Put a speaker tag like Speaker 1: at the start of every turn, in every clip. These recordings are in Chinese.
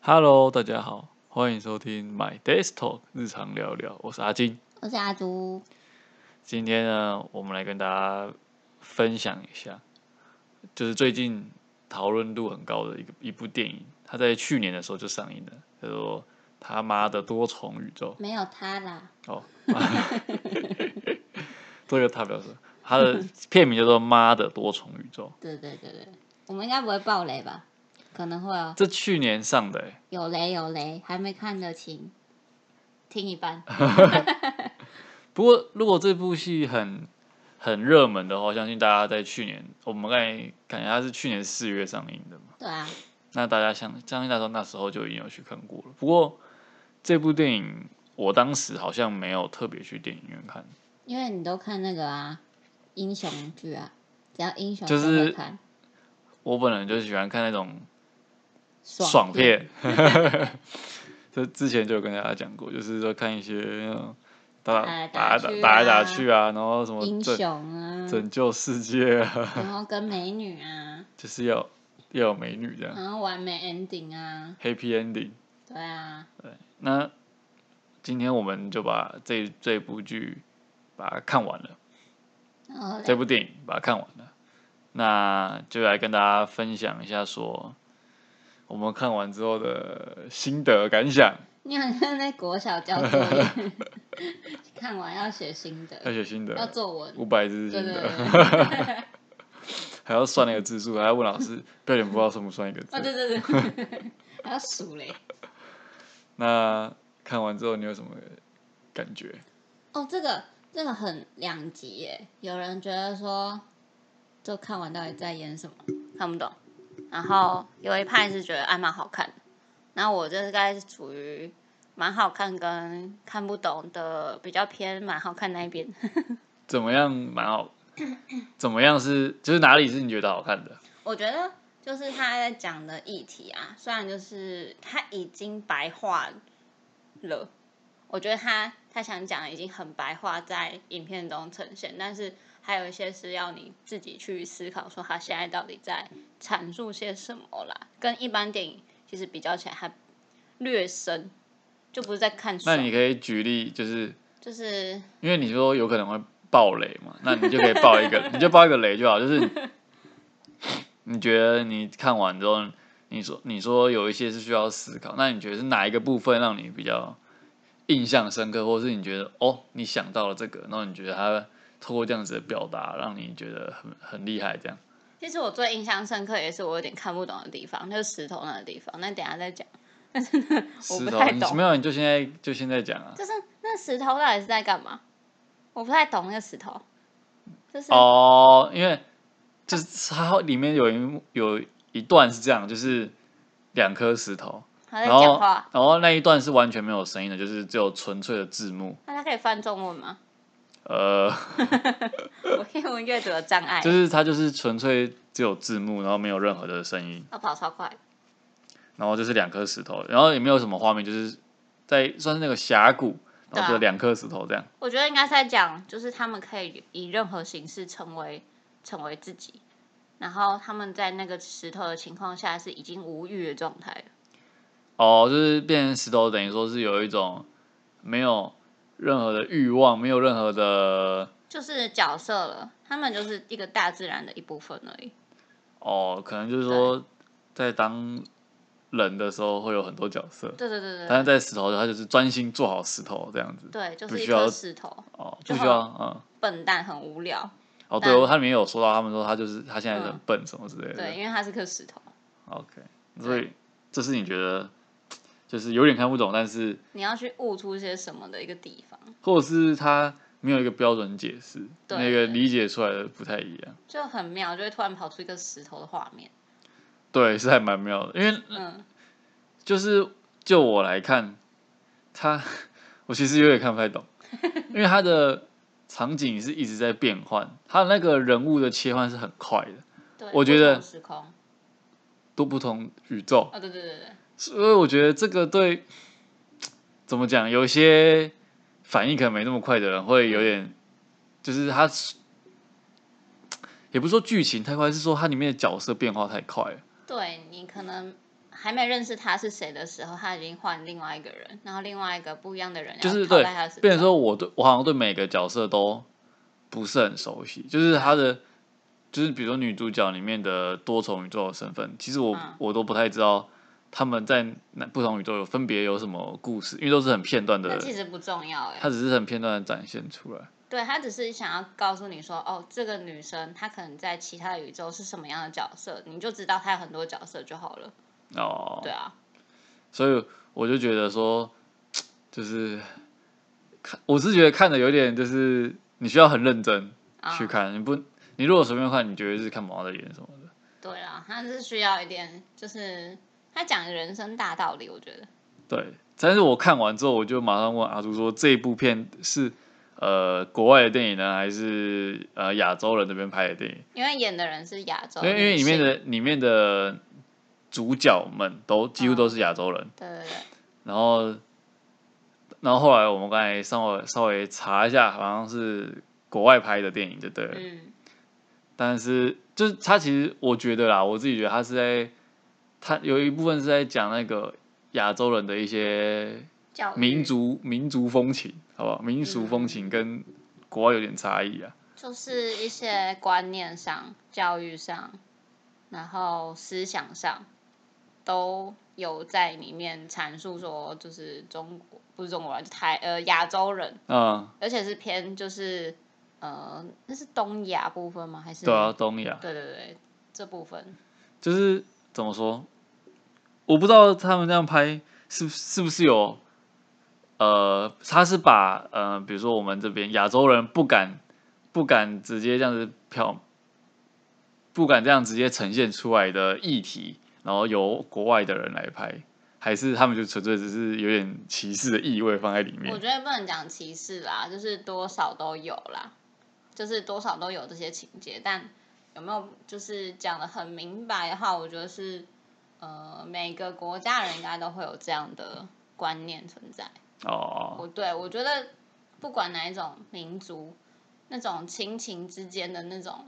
Speaker 1: Hello，大家好，欢迎收听 My Desk Talk 日常聊聊，我是阿金。
Speaker 2: 我是阿朱，
Speaker 1: 今天呢，我们来跟大家分享一下，就是最近讨论度很高的一个一部电影，它在去年的时候就上映了，叫做《他妈的多重宇宙
Speaker 2: 没有他啦。》
Speaker 1: 哦。 做一个他表示，它的片名叫做《妈的多重宇宙
Speaker 2: 对对对对，我们应该不会爆雷吧？可能会》，哦，
Speaker 1: 这去年上的、欸，
Speaker 2: 有雷有雷，还没看的请听一半。
Speaker 1: 不过，如果这部戏很很热门的话，相信大家在去年，我们刚才感觉它是去年四月上映的嘛，
Speaker 2: 对啊，
Speaker 1: 那大家相相信那时候那时候就已经有去看过了。不过，这部电影我当时好像没有特别去电影院看，
Speaker 2: 因为你都看那个啊，英雄剧啊，只要英雄
Speaker 1: 就是
Speaker 2: 会看，
Speaker 1: 我本人就喜欢看那种爽
Speaker 2: 爽片。
Speaker 1: 片。这之前 就有跟大家讲过，就是说看一些那种打
Speaker 2: 打来
Speaker 1: 打打
Speaker 2: 打去
Speaker 1: 打来打
Speaker 2: 啊
Speaker 1: 去啊，然后什么
Speaker 2: 英
Speaker 1: 拯
Speaker 2: 雄啊，
Speaker 1: 拯救世界啊，
Speaker 2: 然后跟美女啊，
Speaker 1: 就是要要有美女这样
Speaker 2: 然后完美 ending 啊，
Speaker 1: ，Happy Ending。
Speaker 2: 对啊，
Speaker 1: 那今天我们就把这这部剧把它看完了，
Speaker 2: 然后嘞
Speaker 1: 这部电影把它看完了，那就来跟大家分享一下说我们看完之后的心得感想，
Speaker 2: 你好像在国小交作业， 看完要写心
Speaker 1: 要
Speaker 2: 得，
Speaker 1: 写心
Speaker 2: 要
Speaker 1: 得，
Speaker 2: 作文，
Speaker 1: 五百字
Speaker 2: 对
Speaker 1: 哎心
Speaker 2: 对
Speaker 1: 得，
Speaker 2: 对。对
Speaker 1: 还要算那个字数，还要问老师标点符号算不算一个
Speaker 2: 啊，对
Speaker 1: 字。
Speaker 2: 对对， 还要数嘞。
Speaker 1: 那看完之后你有什么感觉？
Speaker 2: 哦，这个这个很两极耶，有人觉得说，就看完到底在演什么，看不懂。然后有一派是觉得哎蛮好看的，然后我这该是属于蛮好看跟看不懂的，比较偏蛮好看那一边。
Speaker 1: 怎么样？蛮好。怎么样是就是哪里是你觉得好看的？
Speaker 2: 我觉得就是他在讲的议题啊，虽然就是他已经白化了，我觉得他他想讲的已经很白化在影片中呈现，但是还有一些是要你自己去思考，说他现在到底在阐述些什么啦，跟一般电影其实比较起来还略深，就不是在看书
Speaker 1: 那，你可以举例，就是
Speaker 2: 就是
Speaker 1: 因为你说有可能会爆雷嘛，那你就可以爆一 个，你就爆一个雷就好。就是 你觉得你看完之后，你说你说有一些是需要思考，那你觉得是哪一个部分让你比较印象深刻，或是你觉得哦，你想到了这个，然后你觉得他透过这样子的表达，让你觉得很很厉害，这样
Speaker 2: 其实我最印象深刻也是我有点看不懂的地方，就是石头那个地方，那等一下再讲。我
Speaker 1: 石
Speaker 2: 不
Speaker 1: 头
Speaker 2: 太
Speaker 1: 你
Speaker 2: 懂
Speaker 1: 没有，你就现在就现在讲啊。
Speaker 2: 就是那石头到底是在干嘛？我不太懂那个石头，就是、
Speaker 1: 哦，因为就是它里面有一幕有一段是这样，就是两颗石头，
Speaker 2: 他在
Speaker 1: 然后
Speaker 2: 讲话，
Speaker 1: 然后那一段是完全没有声音的，就是只有纯粹的字幕。
Speaker 2: 那他可以翻中文吗？
Speaker 1: 呃，
Speaker 2: 我英文阅读的障碍，
Speaker 1: 就是它就是纯粹只有字幕，然后没有任何的声音，
Speaker 2: 他跑超快，
Speaker 1: 然后就是两颗石头，然后也没有什么画面，就是在算是那个峡谷，然后
Speaker 2: 对啊
Speaker 1: 就两颗石头这样。
Speaker 2: 我觉得应该是在讲，就是他们可以以任何形式成为成为自己，然后他们在那个石头的情况下是已经无欲的状态了。
Speaker 1: 哦，就是变成石头，等于说是有一种没有任何的欲望，没有任何的
Speaker 2: 就是角色了，他们就是一个大自然的一部分而已。
Speaker 1: 哦，可能就是说在当人的时候会有很多角色，
Speaker 2: 对对对
Speaker 1: 但
Speaker 2: 对
Speaker 1: 是在石头的时候，他就是专心做好石头这样子。
Speaker 2: 对，就
Speaker 1: 不
Speaker 2: 是一
Speaker 1: 需要
Speaker 2: 颗石头，
Speaker 1: 哦，不
Speaker 2: 就
Speaker 1: 需
Speaker 2: 好
Speaker 1: 要嗯。
Speaker 2: 笨蛋，很无聊。
Speaker 1: 哦，
Speaker 2: 但
Speaker 1: 对，我它里面有说到，他们说他就是他现在很
Speaker 2: 嗯
Speaker 1: 笨什么之类的。
Speaker 2: 对，因为它是颗石头，
Speaker 1: o k
Speaker 2: 对
Speaker 1: 所以这是你觉得就是有点看不懂，但是
Speaker 2: 你要去悟出些什么的一个地方。
Speaker 1: 或者是他没有一个标准解释，
Speaker 2: 对
Speaker 1: 那个理解出来的不太一样。
Speaker 2: 就很妙，就会突然跑出一个石头的画面。
Speaker 1: 对，是还蛮妙的，因为
Speaker 2: 嗯，
Speaker 1: 就是就我来看，他我其实有点看不 太懂，因为他的场景是一直在变换，他的那个人物的切换是很快的，
Speaker 2: 对，
Speaker 1: 我觉得
Speaker 2: 不同时空。
Speaker 1: 都不同宇宙。
Speaker 2: 哦，对对对对，
Speaker 1: 所以我觉得这个对怎么讲，有些反应可能没那么快的人会有点，就是他也不是说剧情太快，是说它里面的角色变化太快了。
Speaker 2: 对你可能还没认识他是谁的时候，他已经换另外一个人，然后另外一个不一样的人
Speaker 1: 就是
Speaker 2: 要啊靠
Speaker 1: 对
Speaker 2: 在他身，
Speaker 1: 变成
Speaker 2: 上，
Speaker 1: 说我对我好像对每个角色都不是很熟悉，就是他
Speaker 2: 嗯
Speaker 1: 的，就是比如说女主角里面的多重宇宙的身份，其实我、
Speaker 2: 嗯
Speaker 1: 我都不太知道他们在哪不同宇宙有分别有什么故事，因为都是很片段
Speaker 2: 那
Speaker 1: 的，
Speaker 2: 其实不重要哎、
Speaker 1: 它只是很片段的展现出来。
Speaker 2: 对他只是想要告诉你说，哦，这个女生她可能在其他宇宙是什么样的角色，你就知道她有很多角色就好了。
Speaker 1: 哦，
Speaker 2: 对啊，
Speaker 1: 所以我就觉得说，就是看，我是觉得看的有点就是你需要很认真
Speaker 2: 啊、
Speaker 1: 去看，你不你如果随便看，你绝对是看不到他的演什么的。
Speaker 2: 对啊，他是需要一点，就是他讲人生大道理，我觉得
Speaker 1: 对，但是我看完之后，我就马上问阿朱说，这部片是呃国外的电影呢，还是呃亚洲人这边拍的电影？
Speaker 2: 因为演的人是亚洲
Speaker 1: 因为因为
Speaker 2: 女
Speaker 1: 里
Speaker 2: 性，
Speaker 1: 面的里面的主角们都几乎都是亚洲人，
Speaker 2: 对对对，
Speaker 1: 然后然后后来我们刚才稍微稍微查一下，好像是国外拍的电影，就对了。
Speaker 2: 嗯，
Speaker 1: 但是就是他其实我觉得啦，我自己觉得他是在他有一部分是在讲那个亚洲人的一些
Speaker 2: 教育
Speaker 1: 民族
Speaker 2: 嗯
Speaker 1: 民族风情，好不好？民俗风情跟国外有点差异啊。
Speaker 2: 就是一些观念上、教育上，然后思想上，都有在里面阐述说，就是中国不是中国人，就台呃亚洲人，
Speaker 1: 嗯，
Speaker 2: 而且是偏就是呃那是东亚部分吗？还是
Speaker 1: 对啊，东亚
Speaker 2: 对对对这部分
Speaker 1: 就是怎么说？我不知道他们这样拍是是不是有，呃，他是把呃，比如说我们这边亚洲人不敢不敢直接这样子飘，不敢这样直接呈现出来的议题，然后由国外的人来拍，还是他们就纯粹只是有点歧视的意味放在里面
Speaker 2: 我？觉得不能讲歧视啦，就是多少都有啦，就是多少都有这些情节，但有没有就是讲的很明白的话，我觉得是呃每个国家人应该都会有这样的观念存在。
Speaker 1: 哦，
Speaker 2: 我对我觉得不管哪一种民族，那种亲情之间的那种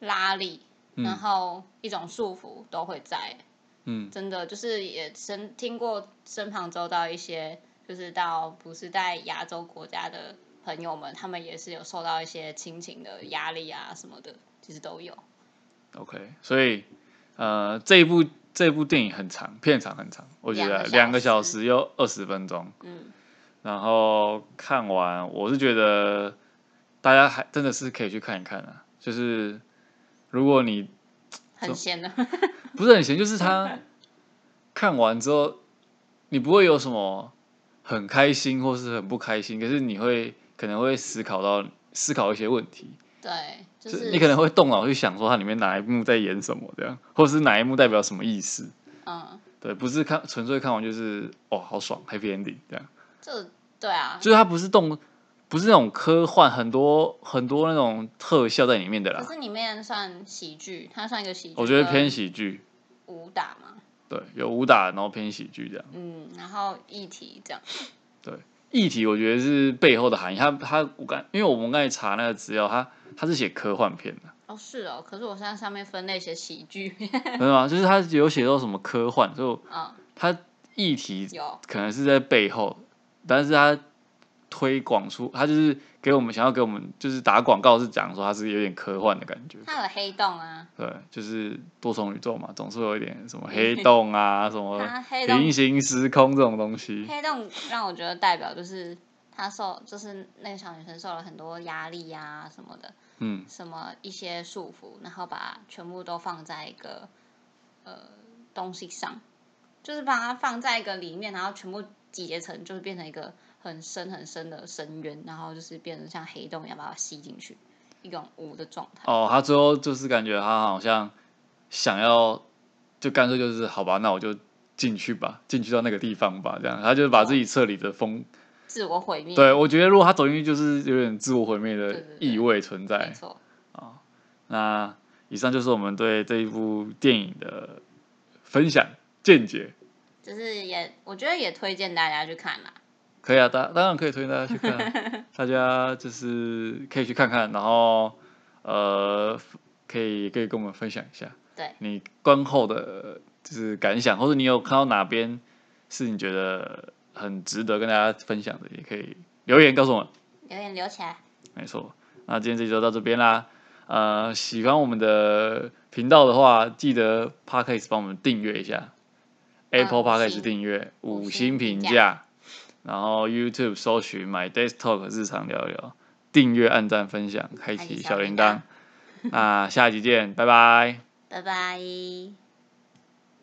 Speaker 2: 拉力，然
Speaker 1: 嗯
Speaker 2: 后一种束缚都会在。
Speaker 1: 嗯，
Speaker 2: 真的就是也身听过身旁周到一些，就是到不是在亚洲国家的朋友们，他们也是有受到一些亲情的压力啊什么的，其实都有。
Speaker 1: OK，所以呃，这一部这部电影很长，片长很长，我觉
Speaker 2: 两
Speaker 1: 得
Speaker 2: 个小
Speaker 1: 两个小
Speaker 2: 时
Speaker 1: 时又二十分钟，
Speaker 2: 嗯，
Speaker 1: 然后看完，我是觉得大家还真的是可以去看一看啊，就是如果你
Speaker 2: 很闲的。
Speaker 1: 不是很闲，就是他看完之后，你不会有什么很开心或是很不开心，可是你会可能会思考到思考一些问题，
Speaker 2: 对，就
Speaker 1: 就是你可能会动脑去想说它里面哪一幕在演什么这样，或是哪一幕代表什么意思。
Speaker 2: 嗯，
Speaker 1: 对，不是看纯粹看完就是哦，好爽，happy ending 这样，
Speaker 2: 这对啊，
Speaker 1: 就是它不是动，不是那种科幻，很多很多那种特效在里面的
Speaker 2: 可
Speaker 1: 啦。
Speaker 2: 是里面算喜剧，它算一个喜剧，嗯
Speaker 1: 我觉得偏喜剧，
Speaker 2: 武打嘛，
Speaker 1: 对，有武打，然后偏喜剧这样。
Speaker 2: 嗯，然后议题这样，
Speaker 1: 议题我觉得是背后的含义，它它我刚因为我们刚才查那个资料，它它是写科幻 片的，
Speaker 2: 哦是哦，可是我现在上面分类写喜剧，
Speaker 1: 知道吗？就是它有写到什么科幻，所以我
Speaker 2: 嗯，
Speaker 1: 它议题
Speaker 2: 有，
Speaker 1: 可能是在背后，但是他推广出，他就是给我们想要给我们就是打广告是讲说他是有点科幻的感觉，
Speaker 2: 它有黑洞啊，
Speaker 1: 对，就是多重宇宙嘛，总是会有一点 什么黑洞啊，什么
Speaker 2: 它黑洞
Speaker 1: 平行时空这种东西，
Speaker 2: 黑洞让我觉得代表就是她受，就是那个小女生受了很多压力呀、什么的，
Speaker 1: 嗯，
Speaker 2: 什么一些束缚，然后把全部都放在一个呃东西上，就是把它放在一个里面，然后全部集结成，就是变成一个很深很深的深渊，然后就是变成像黑洞一样把它吸进去，一种无的状态。
Speaker 1: 哦，他最后就是感觉他好像想要，就干脆就是好吧，那我就进去吧，进去到那个地方吧，这样，他就把自己彻底的封，
Speaker 2: 自我毁灭。
Speaker 1: 对我觉得如果他走进去，就是有点自我毁灭的
Speaker 2: 哦对对对
Speaker 1: 意味存在，
Speaker 2: 没错，
Speaker 1: 那以上就是我们对这一部电影的分享见解。
Speaker 2: 就是也我觉得也推荐大家去看啦。
Speaker 1: 可以啊，当当然可以推荐大家去看啊，大家就是可以去看看，然后呃，可以可以跟我们分享一下
Speaker 2: 对
Speaker 1: 你观后的就是感想，或者你有看到哪边是你觉得很值得跟大家分享的，也可以留言告诉我们。
Speaker 2: 留言留起来，
Speaker 1: 没错，那今天这集就到这边啦。呃，喜欢我们的频道的话，记得 Podcast 帮我们订阅一下，Apple
Speaker 2: 呃五
Speaker 1: Podcast
Speaker 2: 星
Speaker 1: 订阅五
Speaker 2: 五
Speaker 1: 星
Speaker 2: 星
Speaker 1: 评
Speaker 2: 评
Speaker 1: 价，然后 YouTube 搜寻 My Desktop 日常聊一聊，订阅、按赞、分享，开
Speaker 2: 开启
Speaker 1: 启
Speaker 2: 小
Speaker 1: 小
Speaker 2: 铃
Speaker 1: 铃铛。那下集见，拜拜。
Speaker 2: 拜拜。